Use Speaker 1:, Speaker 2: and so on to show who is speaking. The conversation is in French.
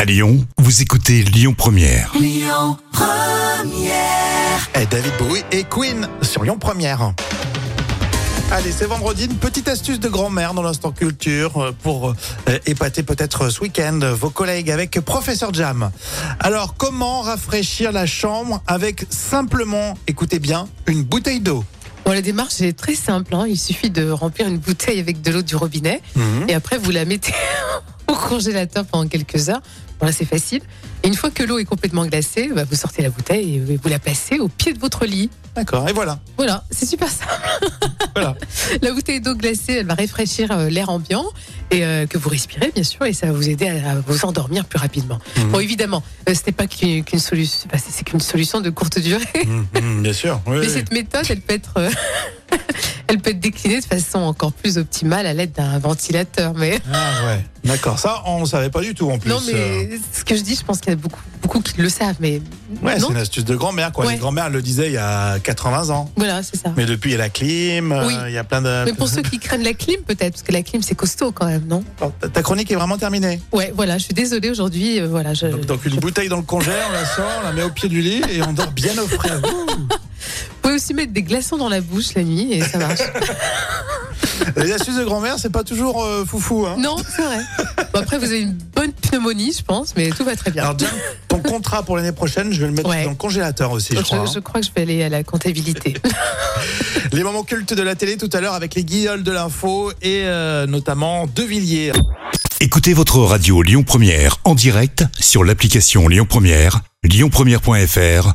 Speaker 1: À Lyon, vous écoutez Lyon Première.
Speaker 2: Et Eh, David Bowie et Queen sur Lyon Première. Allez, c'est vendredi, une petite astuce de grand-mère dans l'instant culture euh, pour euh, épater peut-être euh, ce week-end vos collègues avec Professeur Jam. Alors, comment rafraîchir la chambre avec simplement, écoutez bien, une bouteille d'eau
Speaker 3: Bon, la démarche est très simple. hein. Il suffit de remplir une bouteille avec de l'eau du robinet
Speaker 2: Mhm.
Speaker 3: et après vous la mettez au congélateur pendant quelques heures. Bon, là, c'est facile. Et une fois que l'eau est complètement glacée, bah, vous sortez la bouteille et vous la placez au pied de votre lit.
Speaker 2: D'accord, et voilà.
Speaker 3: Voilà, c'est super simple.
Speaker 2: Voilà.
Speaker 3: la bouteille d'eau glacée, elle va réfléchir l'air ambiant et euh, que vous respirez bien sûr et ça va vous aider à, à vous endormir plus rapidement.
Speaker 2: Mhm.
Speaker 3: Bon, évidemment, euh, ce n'est pas qu'une qu'une solution, bah, c'est c'est qu'une solution de courte durée.
Speaker 2: Hum, bien sûr.
Speaker 3: Mais cette méthode, elle peut être, euh, elle peut être déclinée de façon encore plus optimale à l'aide d'un ventilateur. Mais
Speaker 2: Ah ouais. D'accord, ça, on ne savait pas du tout en plus.
Speaker 3: non,
Speaker 2: euh,
Speaker 3: mais ce que je dis, je pense qu'il y a beaucoup, beaucoup qui le savent. Mais
Speaker 2: Ouais, c'est
Speaker 3: non,
Speaker 2: une astuce de grand-mère, quoi.
Speaker 3: Ouais.
Speaker 2: Les grand-mères le disaient il y a 80 ans.
Speaker 3: voilà, c'est ça. Mais,
Speaker 2: Mais depuis, il y a la clim, euh,
Speaker 3: Oui.
Speaker 2: il y a plein de.
Speaker 3: pour ceux qui craignent la clim, peut-être, parce que la clim, c'est costaud quand même, non
Speaker 2: Ta chronique est vraiment terminée.
Speaker 3: Ouais, voilà. Je suis désolée aujourd'hui. euh, voilà, je,
Speaker 2: Donc, donc une bouteille dans le congélateur, on la sort, on la met au pied du lit et on dort bien au frais.
Speaker 3: vous pouvez aussi mettre des glaçons dans la bouche la nuit et ça marche. hein.
Speaker 2: Les astuces de grand-mère, c'est pas toujours euh, foufou. Hein.
Speaker 3: non, c'est vrai. Bon, après, vous avez une bonne pneumonie, je pense, mais tout va très bien.
Speaker 2: Alors Jam, ton contrat pour l'année prochaine, je vais le mettre
Speaker 3: Ouais.
Speaker 2: dans le congélateur aussi, je
Speaker 3: Donc,
Speaker 2: crois.
Speaker 3: je crois que je vais aller à la comptabilité.
Speaker 2: hein. Les moments cultes de la télé tout à l'heure avec les guilloles de l'info et euh, notamment De Villiers.
Speaker 1: Écoutez votre radio Lyon Première en direct sur l'application Lyon Première, lyonpremière.fr